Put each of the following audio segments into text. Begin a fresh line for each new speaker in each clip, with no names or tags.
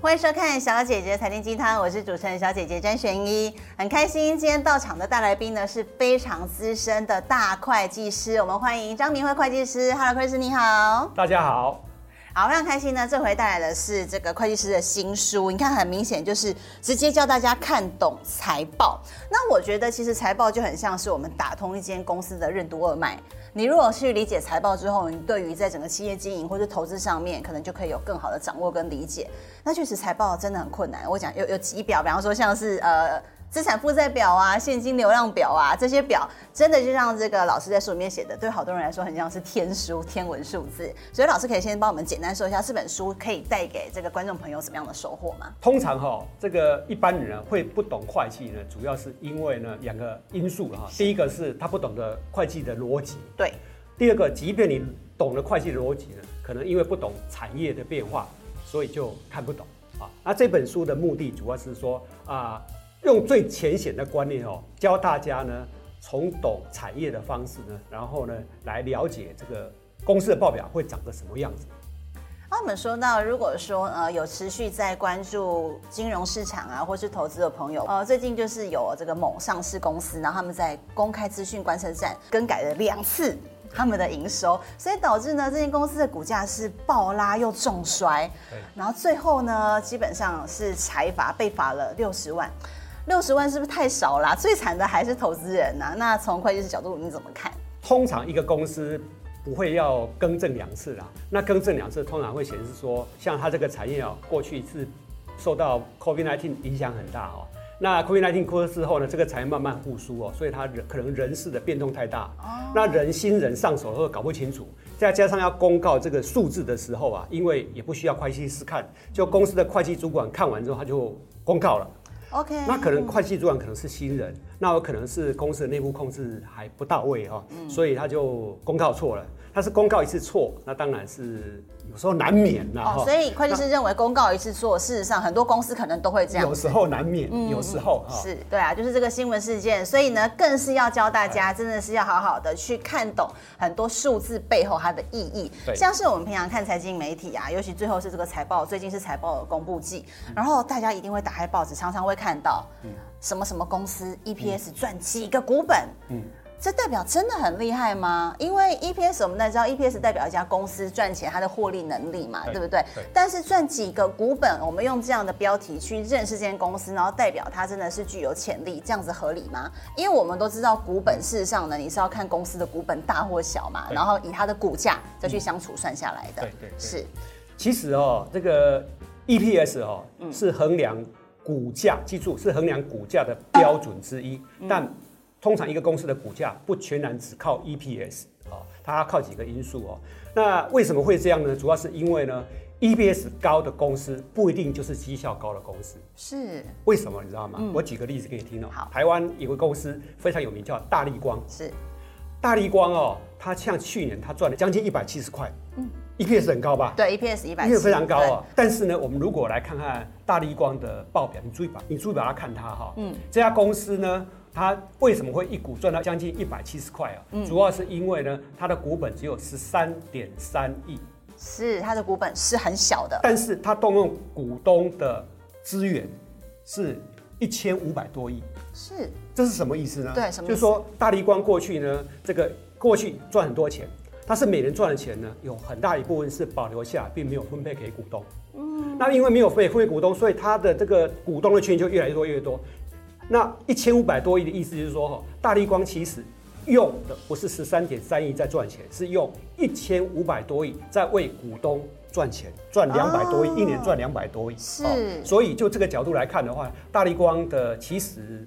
欢迎收看小姐姐财经鸡汤，我是主持人小姐姐詹璇依，很开心今天到场的大来宾呢是非常资深的大会计师，我们欢迎张明辉会计师，Hello Chris，你好。
大家好，
好，非常开心呢，这回带来的是这个会计师的新书，你看很明显就是直接教大家看懂财报。那我觉得其实财报就很像是我们打通一间公司的任督二脉。你如果去理解财报之后，你对于在整个企业经营或者投资上面，可能就可以有更好的掌握跟理解。那确实财报真的很困难。我讲有有几表，比方说像是呃。资产负债表啊、现金流量表啊，这些表真的就像这个老师在书里面写的，对好多人来说很像是天书、天文数字。所以老师可以先帮我们简单说一下这本书可以带给这个观众朋友什么样的收获吗？
通常哈、这个一般人啊会不懂会计呢，主要是因为呢两个因素了哈。第一个是他不懂得会计的逻辑，
对，
第二个，即便你懂了会计的逻辑呢，可能因为不懂产业的变化，所以就看不懂啊。那这本书的目的主要是说啊，用最浅显的观念哦，教大家呢从懂产业的方式呢，然后呢来了解这个公司的报表会长得什么样子。
那我们说到，如果说呃有持续在关注金融市场啊，或是投资的朋友，呃，最近就是有这个某上市公司，然后他们在公开资讯观测站更改了两次。他们的营收，所以导致呢，这间公司的股价是暴拉又重摔
对，
然后最后呢，基本上是财罚被罚了六十万，六十万是不是太少啦？最惨的还是投资人呐、啊那从会计师角度你怎么看？
通常一个公司不会要更正两次啦。那更正两次通常会显示说，像它这个产业哦，过去是受到 COVID-19 影响很大哦。那 COVID-19 过世之后呢，这个产业慢慢复苏哦，所以它人可能人事的变动太大，那人新人上手后搞不清楚，再加上要公告这个数字的时候啊，因为也不需要会计师看，就公司的会计主管看完之后他就公告了。
OK，
那可能会计主管可能是新人，那有可能是公司的内部控制还不到位哈、
嗯
所以他就公告错了。他是公告一次错，那当然是有时候难免啦哈、
哦，所以会计师认为公告一次错，事实上很多公司可能都会这样
有。时候难免，有时候哈、
嗯是对啊，就是这个新闻事件，所以呢，更是要教大
哎
家，真的是要好好的去看懂很多数字背后它的意义。
对
像是我们平常看财经媒体啊，尤其最后是这个财报，最近是财报的公布季，
嗯
然后大家一定会打开报纸，常常会看到什么什么公司
嗯
EPS 赚几个股本，嗯。这代表真的很厉害吗？因为 EPS 我们都知道，EPS 代表一家公司赚钱它的获利能力嘛，
对
对不对？
对
但是赚几个股本，我们用这样的标题去认识这间公司，然后代表它真的是具有潜力，这样子合理吗？因为我们都知道股本，事实上呢，你是要看公司的股本大或小嘛，
对嗯
然后以它的股价再去相除算下来的。
对对对
是
其实哦，这个 EPS 哦、是衡量股价，记住是衡量股价的标准之一。但通常一个公司的股价不全然只靠 EPS 哦，它靠几个因素哦。那为什么会这样呢？主要是因为呢，EPS 高的公司不一定就是绩效高的公司。
是
为什么你知道吗？我举个例子给你听哦
好。
台湾有个公司非常有名，叫大力光。
是，
大力光哦，它像去年它赚了将近一百七十块，嗯，EPS 很高吧？
对 EPS 一百，
因为非常高啊。但是呢，我们如果来看看大力光的报表，你注意把你注意把它看它哈、嗯，这家公司呢，它为什么会一股赚到将近一百七十块啊？主要是因为呢，它的股本只有十三点三亿，
对，是它的股本是很小的，
但是它动用股东的资源是一千五百多亿。
是
这是什么意思呢？
对什么意思
就是说大力光过去呢，这个过去赚很多钱，但是每人赚的钱呢，有很大一部分是保留下来，并没有分配给股东。嗯，那因为没有分配给股东，所以他的这个股东的圈就越来越多越多。那一千五百多亿的意思就是说，哈，大力光其实用的不是十三点三亿在赚钱，是用一千五百多亿在为股东赚钱，赚两百多亿，
哦
一年赚两百多亿。哦
是
所以就这个角度来看的话，大力光的其实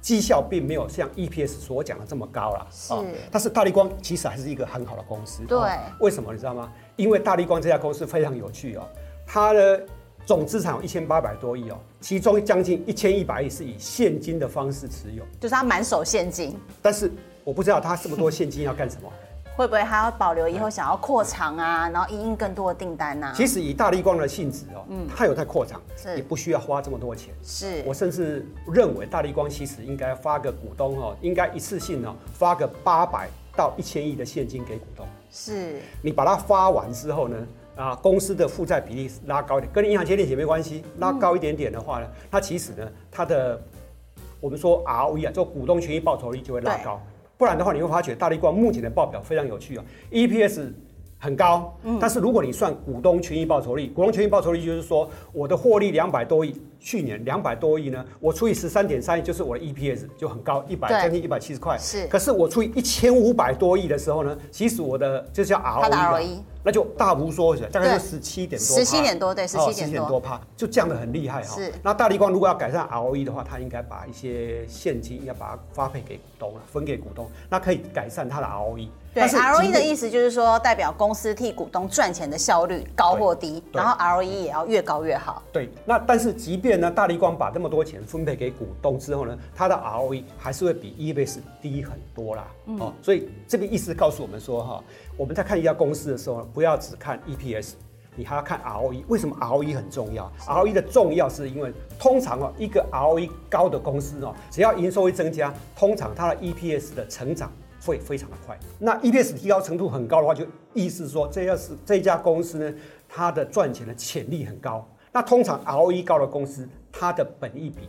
绩效并没有像 EPS 所讲的这么高啦。啊
是
但是大力光其实还是一个很好的公司。啊
对
为什么你知道吗？因为大力光这家公司非常有趣哦，它的总资产有一千八百多亿哦，其中将近一千一百亿是以现金的方式持有，
就是它满手现金，
但是我不知道它这么多现金要干什么。
会不会还要保留以后想要扩厂啊，然后因应更多的订单 啊？嗯
其实以大力光的性质哦，它有在扩厂
是，
也不需要花这么多钱。
是
我甚至认为大力光其实应该发个股东哦，应该一次性哦发个八百到一千亿的现金给股东。
是
你把它发完之后呢，啊、啊，公司的负债比例拉高一点，跟银行借利息没关系，拉高一点点的话呢，
嗯
它其实呢，它的我们说 ROE 啊，做股东权益报酬率就会拉高。不然的话，你会发觉大力光目前的报表非常有趣啊、EPS 很高，
嗯
但是如果你算股东权益报酬率，股东权益报酬率就是说我的获利两百多亿，去年两百多亿呢，我除以十三点三亿就是我的 EPS 就很高，一百
对
将近一百七十块。
是
可是我除以一千五百多亿的时候呢，其实我的这叫 ROE，
它的 E
啊
ROE
那就大幅缩小，大概就
对
十七点多，哦
17点多对17点多
多趴，就降得很厉害哈、
是
那大力光如果要改善 ROE 的话，它应该把一些现金应该把它发配给股东了，分给股东，那可以改善它的 E ROE。
对，ROE 的
思
意思就是说，代表公司替股东赚钱的效率高或低，
对对
然后 ROE 也要越高越好。
对，那但是即便呢，大力光把这么多钱分配给股东之后呢，它的 ROE 还是会比 EBS 低很多啦。哦，所以这个意思告诉我们说哈、我们在看一家公司的时候，不要只看 EPS。你还要看 ROE，为什么 ROE 很重要？ROE 的重要是因为通常哦，一个 ROE 高的公司哦，只要营收一增加，通常它的 EPS 的成长会非常的快。那 EPS 提高程度很高的话，就意思说这要是这家公司呢，它的赚钱的潜力很高。那通常 ROE 高的公司，它的本益比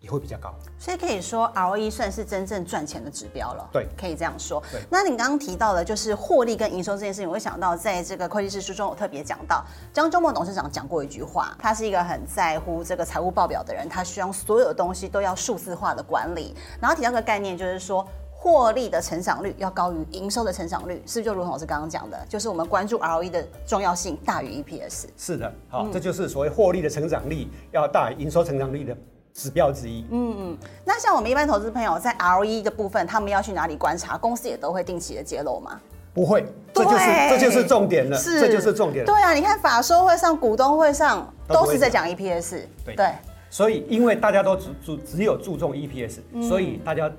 也会比较高。
所以可以说，ROE 算是真正赚钱的指标了。
对
可以这样说
对。
那你刚刚提到的，就是获利跟营收这件事情，我会想到在这个会计师书中有特别讲到，张忠谋董事长讲过一句话，他是一个很在乎这个财务报表的人，他希望所有东西都要数字化的管理。然后提到一个概念，就是说。获利的成长率要高于营收的成长率，是不是就如同老师刚刚讲的，就是我们关注 ROE 的重要性大于 E EPS？
是的，好、这就是所谓获利的成长率要大于营收成长率的指标之一。
那像我们一般投资朋友在 ROE 的部分，他们要去哪里观察？公司也都会定期的揭露吗？
不会，这
对
就是这就是重点了，这就是重点了
对。啊，你看法说会上、股东会上
都不
都
会
是在讲 E EPS，
对所以，因为大家都只注只有注重 EPS，、所以大家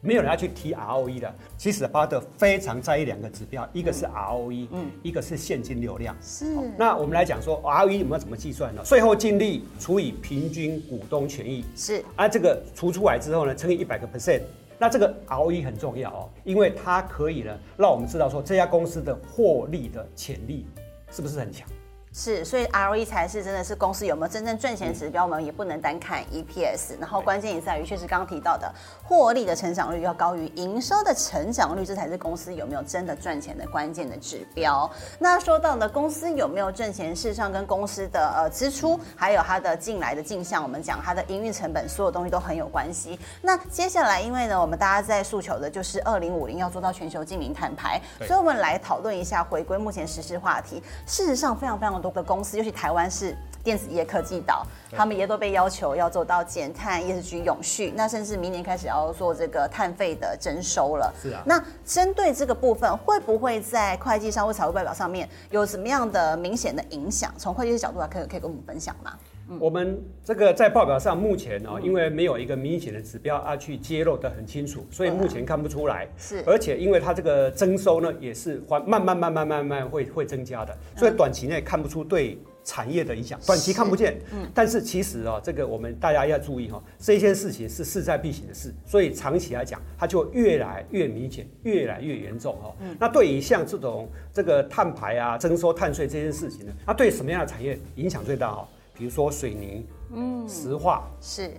没有人要去提 ROE 的。其实巴特非常在意两个指标，一个是 ROE，、一个是现金流量。
是
好那我们来讲说 E ROE 我们要怎么计算呢？税后净利除以平均股东权益，
是
啊，这个除出来之后呢，乘以一百个 percent。那这个 ROE 很重要哦，因为它可以呢，让我们知道说这家公司的获利的潜力是不是很强。
是，所以 ROE 才是真的是公司有没有真正赚钱的指标，我们也不能单看 EPS。然后关键也在于，确实刚刚提到的获利的成长率要高于营收的成长率，这才是公司有没有真的赚钱的关键的指标。那说到呢，公司有没有赚钱，事实上跟公司的呃支出，还有它的进来的进项，我们讲它的营运成本，所有东西都很有关系。那接下来，因为呢，我们大家在诉求的就是二零五零要做到全球净零碳排，
对
所以我们来讨论一下回归目前实施话题。事实上，非常非常多的公司，尤其台湾是电子业科技岛，他们也都被要求要做到减碳、ESG 永续，那甚至明年开始要做这个碳费的征收了。
是啊
那针对这个部分，会不会在会计上或财务报表上面有什么样的明显的影响？从会计师角度来，可以可以跟我们分享吗？
我们这个在报表上目前哦，因为没有一个明显的指标啊去揭露的很清楚，所以
对啊
目前看不出来。
是
而且因为它这个征收呢，也是缓慢慢慢慢慢慢会会增加的，所以短期内看不出对产业的影响，短期看不见。但是其实啊、这个我们大家要注意哈、这件事情是势在必行的事，所以长期来讲，它就越来越明显，越来越严重哦。那对于像这种这个碳排啊、征收碳税这件事情呢，它对什么样的产业影响最大哦？比如说水泥、嗯、石化、
是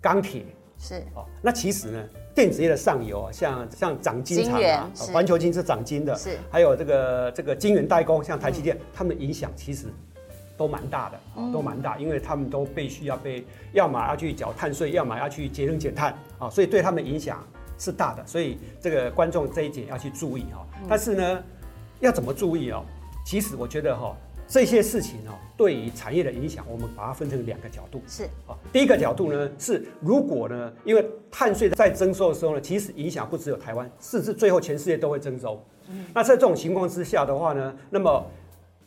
钢铁。
是
哦，那其实呢，电子业的上游啊，像像掌金
晶
厂
圆
啊，哦
是
环球金是掌金的，
是嗯
还有这个这个晶圆代工，像台积电，他们影响其实都蛮大的，哦、都蛮大，因为他们都必须要被，要么要去缴碳税，要么要去节能减碳啊、所以对他们影响是大的，所以这个观众这一点要去注意哈、
嗯
但是呢，要怎么注意哦？其实我觉得哈、这些事情哦，对于产业的影响，我们把它分成两个角度。
是
啊，第一个角度呢是，如果呢，因为碳税在征收的时候呢，其实影响不只有台湾，甚至最后全世界都会征收。那在这种情况之下的话呢，那么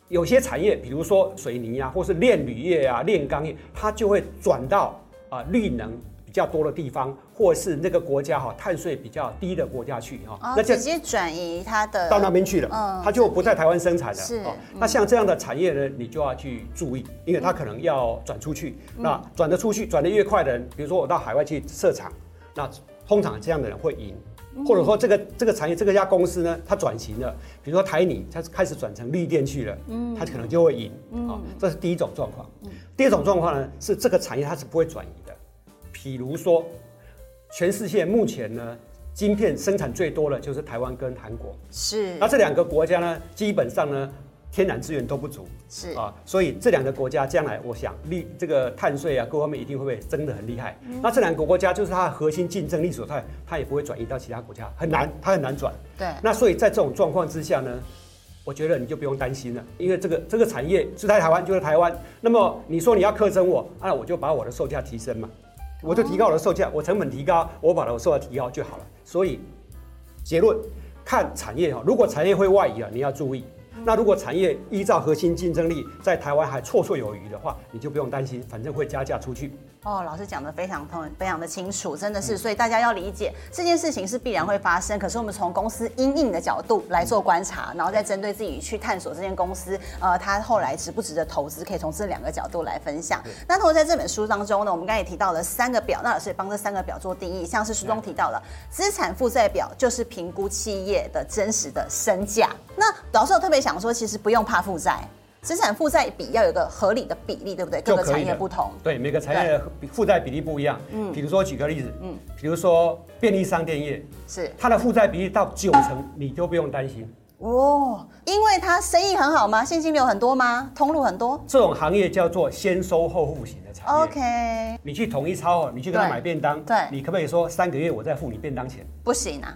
有些产业，比如说水泥啊，或是炼铝业啊、炼钢业，它就会转到啊、绿能比较多的地方，或是那个国家哈、碳税比较低的国家去哈、
啊，
那就
直接转移它的
到那边去了，
嗯
它就不在台湾生产了。哦
是嗯
那像这样的产业呢，你就要去注意，因为它可能要转出去。
嗯
那转得出去，转得越快的人，比如说我到海外去设厂，那通常这样的人会赢。或者说这个这个产业这个家公司呢，它转型了，比如说台泥，它开始转成绿电去了，嗯，它可能就会赢，
嗯
啊，这是第一种状况。第二种状况呢，是这个产业它是不会转移的，比如说全世界目前呢，晶片生产最多的就是台湾跟韩国，
是
那这两个国家呢，基本上呢，天然资源都不足，
是
啊，所以这两个国家将来，我想利这个碳税啊，各方面一定会被争得很厉害。
嗯
那这两个国家就是它的核心竞争力所在，它也不会转移到其他国家，很难，它很难转。
对，
那所以在这种状况之下呢，我觉得你就不用担心了，因为这个这个产业是在台湾，就是台湾。那么你说你要克征我，啊那、我就把我的售价提升嘛，我就提高我的售价，我成本提高，我把我售价提高就好了。所以结论看产业哈，如果产业会外移啊，你要注意。那如果产业依照核心竞争力在台湾还绰绰有余的话，你就不用担心，反正会加价出去。
哦，老师讲的非常通，非常的清楚，真的
嗯
是，所以大家要理解这件事情是必然会发生。可是我们从公司因应的角度来做观察，然后再针对自己去探索这间公司，呃，它后来值不值得投资，可以从这两个角度来分享。那同时在这本书当中呢，我们刚才也提到了三个表，那老师也帮这三个表做定义，像是书
嗯
中提到了资产负债表，就是评估企业的真实的身价。那老师有特别想说，其实不用怕负债。资产负债比要有个合理的比例，对不对？各个
就可
产
以
业
了
不同，
对，每个产业的负债比例不一样。嗯，比如说举个例子，嗯，比如说便利商店业，
是。
它的负债比例到九成，你都不用担心。
哦，因为他生意很好吗？现金流很多吗？通路很多
这种行业叫做先收后付型的产业。
？OK，
你去统一超哦，你去跟他
对
买便当，
对
你可不可以说三个月我再付你便当钱？
不行啊。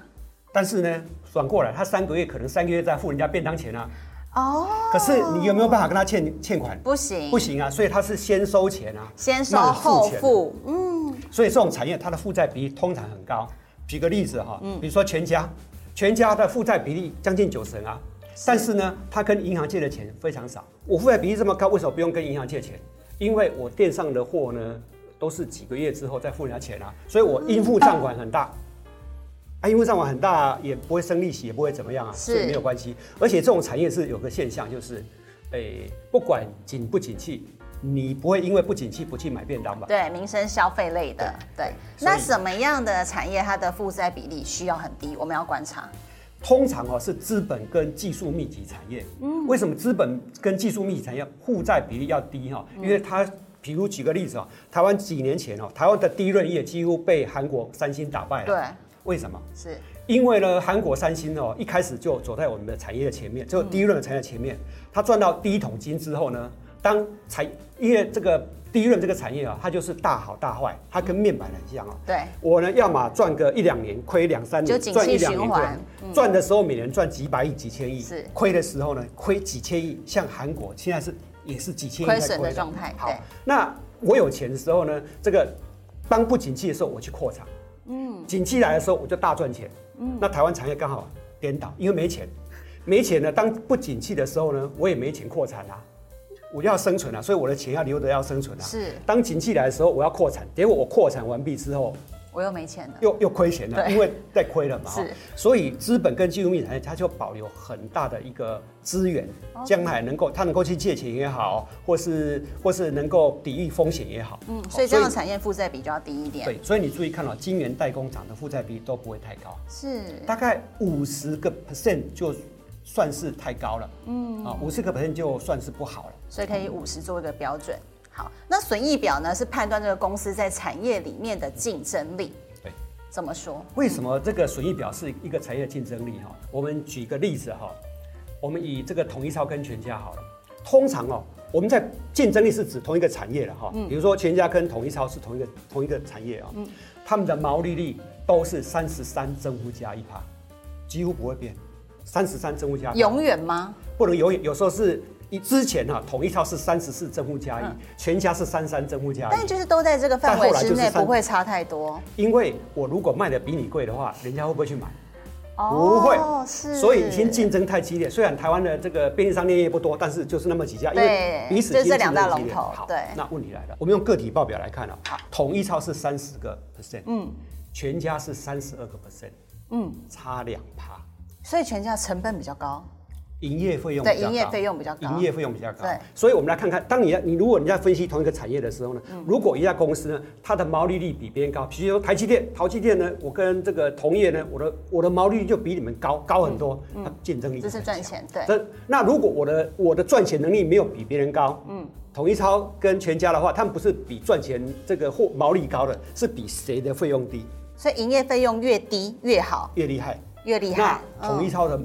但是呢，转过来，他三个月可能三个月再付人家便当钱啊。
哦，
可是你有没有办法跟他欠欠款？
不行，
不行啊，所以他是先收钱啊，
先收
那你
后
钱啊
付。嗯，
所以这种产业它的负债比例通常很高。举个例子哈、比如说全家，全家的负债比例将近九成啊，但是呢，它跟银行借的钱非常少。我负债比例这么高，为什么不用跟银行借钱？因为我店上的货呢，都是几个月之后再付人家钱啊，所以我应付账款很大。啊，因为账款很大，也不会生利息，也不会怎么样啊，
是
所以没有关系。而且这种产业是有个现象，就是，诶、不管景不景气，你不会因为不景气不去买便当吧？
对，民生消费类的，对。
所以
那什么样的产业它的负债比例需要很低？我们要观察。
通常哦是资本跟技术密集产业。嗯，为什么资本跟技术密集产业负债比例要低哈、因为它，比如举个例子啊、台湾几年前哦，台湾的低润业几乎被韩国三星打败了。
对，
为什么？
是
因为呢，韩国三星哦，一开始就走在我们的产业的前面，就第一轮的产业前面。它赚到第一桶金之后呢，当产因为这个第一轮这个产业啊，它就是大好大坏，它跟面板很像哦。
对，
我呢，要么赚个一两年，亏两三
就
年，
景气
赚一两年
循环嗯
对，赚的时候每年赚几百亿、几千亿
是，
亏的时候呢，亏几千亿。像韩国现在是也是几千亿
亏
在
损
亏
的状态。
好
对，，
那我有钱的时候呢，这个当不景气的时候，我去扩产。嗯，景气来的时候，我就大赚钱。嗯，那台湾产业刚好颠倒，因为没钱，没钱呢，当不景气的时候呢，我也没钱扩产啊，我要生存啊，所以我的钱要留着要生存啊。
是
当景气来的时候，我要扩产，结果我扩产完毕之后，
我又没钱了。
又又亏钱了，
对
因为在亏了嘛。
是
哈所以资本跟技术面产业，它就保留很大的一个资源，
哦
将来能够它能够去借钱也好，或是或是能够抵御风险也好。
嗯，
好
所以这样的产业负债比就要低一点。
对，所以你注意看到、晶圆代工厂的负债比都不会太高，
是
大概五十个 percent 就算是太高了。嗯，啊，五十个 percent 就算是不好了。
所以可以五十做一个标准。好，那损益表呢是判断这个公司在产业里面的竞争力。
对，
怎么说？
为什么这个损益表是一个产业的竞争力哈？我们举个例子哈，我们以这个统一超跟全家好了。通常哦，我们在竞争力是指同一个产业了哈，
嗯
比如说全家跟统一超是同一个同一个产业啊，他们的毛利率都是三十三增幅加一趴，几乎不会变，三十三增幅加1%
永远吗？
不能永远，有时候是一之前哈、统一超是三十四增幅加一，全家是三三增幅加一，
嗯但就是都在这个范围之
但后来
内，
就是三
不会差太多。
因为我如果卖的比你贵的话，人家会不会去买？不会
是。
所以已经
嗯
竞争太激烈。虽然台湾的这个便利商店业不多，但是就是那么几家，因为
对
彼此
就是
竞
这两
争
大
很激烈
龙头
好，
对
那问题来了，我们用个体报表来看啊，统一超是三十个 percent，嗯，全家是三十二个 percent，嗯，差两趴。
所以全家成本比较高。
营业费用
对
比较
营业
高
费用比较高
营业费用比较高
对。
所以我们来看看，当你在你如果你在分析同一个产业的时候呢，
嗯
如果一家公司呢，它的毛利率比别人高，比如说台积电、淘气电呢，我跟这个同业呢，我的我的毛利率就比你们高高很多，它竞争力
嗯这是
很
赚
强
钱，对，
这那如果我的我的赚钱能力没有比别人高，嗯，统一超跟全家的话，他们不是比赚钱这个或毛利高的，是比谁的费用低
所以营业费用越低越好，
越厉害。
越厉害。嗯
那统一超的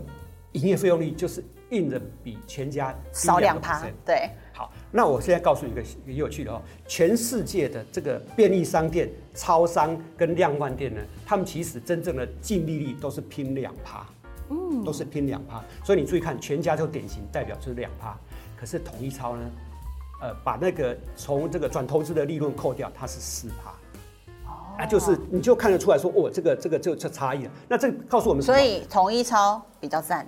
营业费用率就是硬的比全家低
少两趴
2%，
对，
好，那我现在告诉你一个一个有趣的哦，全世界的这个便利商店、超商跟量贩店呢，他们其实真正的净利率都是拼两趴，嗯，都是拼两趴。所以你注意看，全家就典型代表就是两趴，可是统一超呢，呃，把那个从这个转投资的利润扣掉，它是四趴。
哦
啊，就是你就看得出来说，哦，这个这个这这差异了。那这告诉我们什么，
所以统一超比较赞，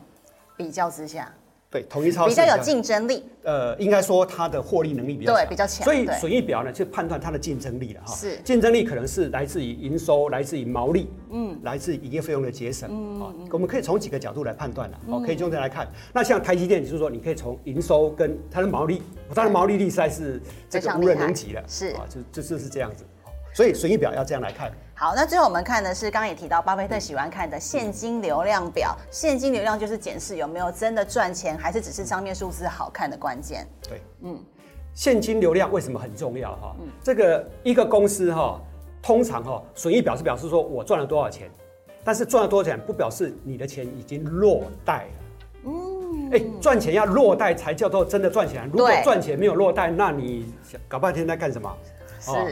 比较之下
对统一超
比
是
较
这
有
样
竞争力，
呃，应该说它的获利能力比较
对
强
比较强
所以
对
损益表呢，去判断它的竞争力了哈。
是
竞争力可能是来自于营收，来自于毛利，嗯，来自于营业费用的节省，嗯，哦、我们可以从几个角度来判断的，
嗯
哦，可以从这来看。那像台积电，就是说你可以从营收跟它的毛利，它的毛利率实在是这
非
个
常
无人
厉害
能及了，
是
啊，就就就是这样子。哦所以损益表要这样来看。
好，那最后我们看的是刚刚也提到，巴菲特喜欢看的现金流量表。现金流量就是检视有没有真的赚钱，还是只是账面数字好看的关键。
对，嗯，现金流量为什么很重要哈？
嗯
这个一个公司哈，通常哈损益表是表示说我赚了多少钱，但是赚了多少钱不表示你的钱已经落袋了。嗯，哎，赚钱要落袋才叫做真的赚钱。啊如果
对
赚钱没有落袋，那你想搞半天在干什么？哦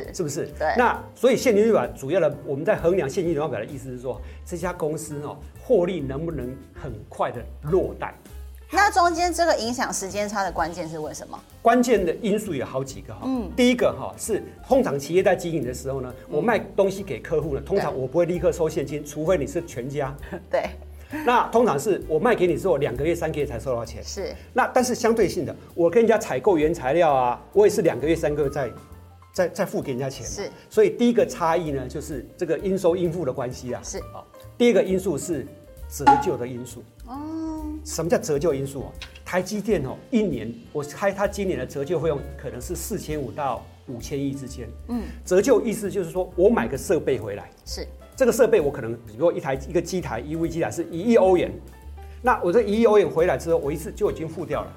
是
是不是？
对
那所以现金流量主要的，我们在衡量现金流量表的意思是说，这家公司哦，获利能不能很快的落袋？
那中间这个影响时间差的关键是为什 么？
关键的因素有好几个哈、
嗯
第一个哈、是通常企业在经营的时候呢，我卖东西给客户呢，通常我不会立刻收现金，除非你是全家。
对，
那通常是我卖给你之后，两个月、三个月才收到钱。
是
那但是相对性的，我跟人家采购原材料啊，我也是两个月、三个月再再再付给人家钱嘛。啊
是
所以第一个差异呢，就是这个应收应付的关系啊。
是
好、第二个因素是折旧的因素。哦。什么叫折旧因素啊？台积电哦，一年我猜它今年的折旧费用可能是四千五到五千亿之间。嗯。折旧意思就是说我买个设备回来，
是，
这个设备我可能比如说一台一个机台一位机台是一亿欧元，那我这一亿欧元回来之后，我一次就已经付掉了。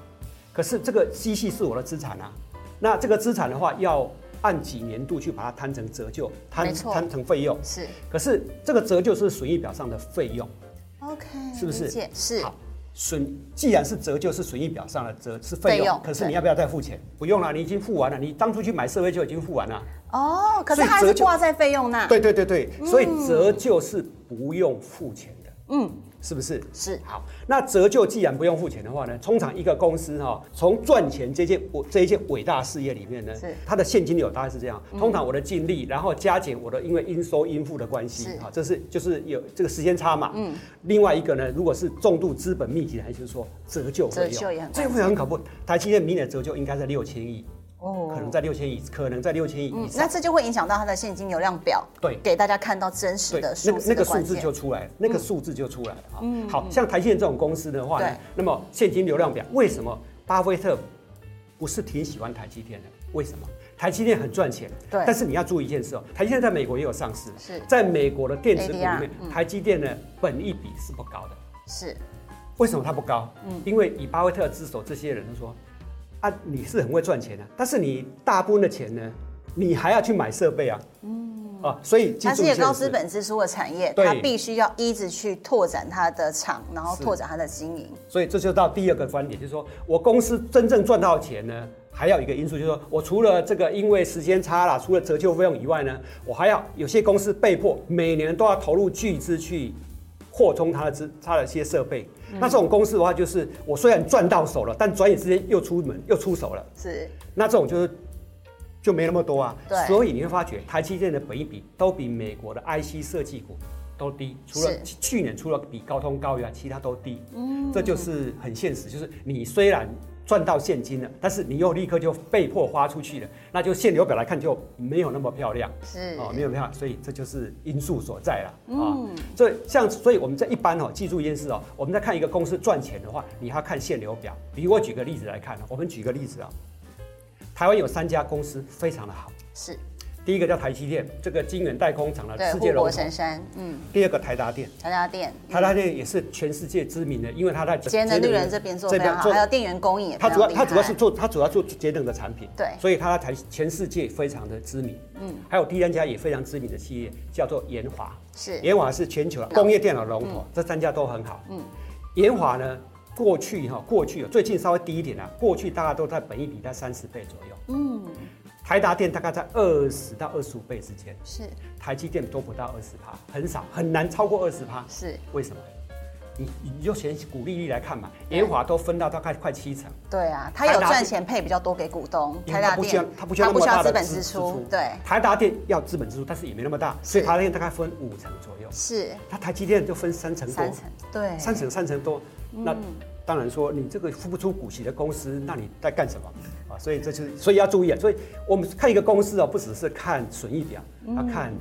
可是这个机器是我的资产啊，那这个资产的话要按几年度去把它摊成折旧，
没
摊
错
摊成费用。
是
可是这个折旧是损益表上的费用，
，OK，
是不是
理解是
好，损既然是折旧，是损益表上的折是费
费
用，
用
可是
对
你要不要再付钱？不用了，你已经付完了，你当初去买设备就已经付完了。
哦，可是
所以
它还是
折旧
挂在费用那。
对对对对，所以折旧是不用付钱的，
嗯，
是不是？
是
好，那折旧既然不用付钱的话呢，通常一个公司哈、从赚钱这件我这一件伟大事业里面呢
是，嗯
它的现金流大概是这样，通常我的净利，然后加减我的因为应收应付的关系
是，
哈，这是就是有这个时间差嘛。嗯。另外一个呢，如果是重度资本密集的，还是说折旧费用，
折旧也很
这个会很搞不懂。台积电明年的折旧应该在六千亿，
哦
可能在六千亿，可能在六千亿以
嗯，
上。
那这就会影响到它的现金流量表，
对
给大家看到真实
对，
的
那
数
个
字
那
的
个数
关
字
键。嗯
就出来了，那个数字就出来了啊。好像台积电这种公司的话
对
呢，那么现金流量表为什么巴菲特不是挺喜欢台积电的？为什么？台积电很赚钱，
对
但是你要注意一件事哦，台积电在美国也有上市，
是
在美国的电子股里
ADR
面，台积电的本益比是不高的。
是
为什么它不高？
嗯
因为以巴菲特之手，这些人都说啊，你是很会赚钱的、但是你大部分的钱呢，你还要去买设备啊，嗯，啊，所以记
它是
住
一
一件
个高
事
资本支出的产业，
对
它必须要一直去拓展它的厂，然后
是
拓展它的经营。
所以这就到第二个观点，就是说我公司真正赚到钱呢，还有一个因素就是说我除了这个因为时间差啦，除了折旧费用以外呢，我还要有些公司被迫每年都要投入巨资去扩充它的资它的一些设备。那这种公司的话，就是我虽然赚到手了，但转眼之间又出门又出手了。
是
那这种就是就没那么多啊
对。
所以你会发觉台积电的本益比都比美国的 IC 设计股都低，除了
是
去去年除了比高通高以外，其他都低。嗯，这就是很现实，就是你虽然。赚到现金了，但是你又立刻就被迫花出去了，那就现流表来看就没有那么漂亮。
是嗯
哦，没有票，所以这就是因素所在了啊。所以像，所以我们在一般哦，记住一件事哦，我们在看一个公司赚钱的话，你要看现流表。比如我举个例子来看，我们举个例子啊，台湾有三家公司非常的好，
是，
第一个叫台积电，这个晶圆代工厂的
对，
世
护
界龙
国
头
神；山，嗯，
第二个台达电，
台达电，
台达电也是全世界知名的，因为它在
节能绿能这边做得非常好，还有电源供应也非
它
常
主要
厉
它主要是
害。
做它主要做节能的产品，
对
所以它才全世界非常的知名。嗯，还有第三家也非常知名的企业叫做研华，
是
研华是全球啊工业电脑龙头，这三家都很好。嗯，研华呢，过去哈、过去哦最近稍微低一点啦、过去大概都在本益比在三十倍左右。嗯，台达电大概在二十到二十五倍之间，
是
台积电都不到二十趴，很少，很难超过二十趴。
是，
为什么？你你就选股利率来看嘛，研华都分到大概快七成。
对啊，他有
台达
赚
电
钱配比较多给股东，
因为
台
它
达
不需要
电，
它不需要那么大
资
的
本支出，对，
台达电要资本支出，但是也没那么大，所以
是
台达电大概分五成左右，
是
它台积电就分三成多
三，成，对，
三成三成多，那。当然说，你这个付不出股息的公司，那你在干什么啊？所以这就是，所以要注意啊。所以我们看一个公司哦，不只是看损益表，要看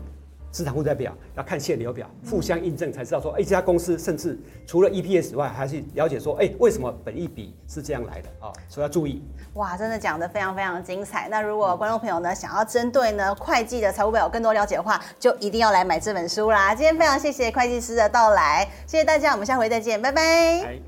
资产负债表，要看现流表，互相印证才知道说，哎，这家公司甚至除了 EPS 以外，还是了解说，哎，为什么本益比是这样来的啊？所以要注意。
哇，真的讲得非常非常精彩。那如
嗯
果观众朋友呢想要针对呢会计的财务表有更多了解的话，就一定要来买这本书啦。今天非常谢谢会计师的到来，谢谢大家，我们下回再见，拜拜。
哎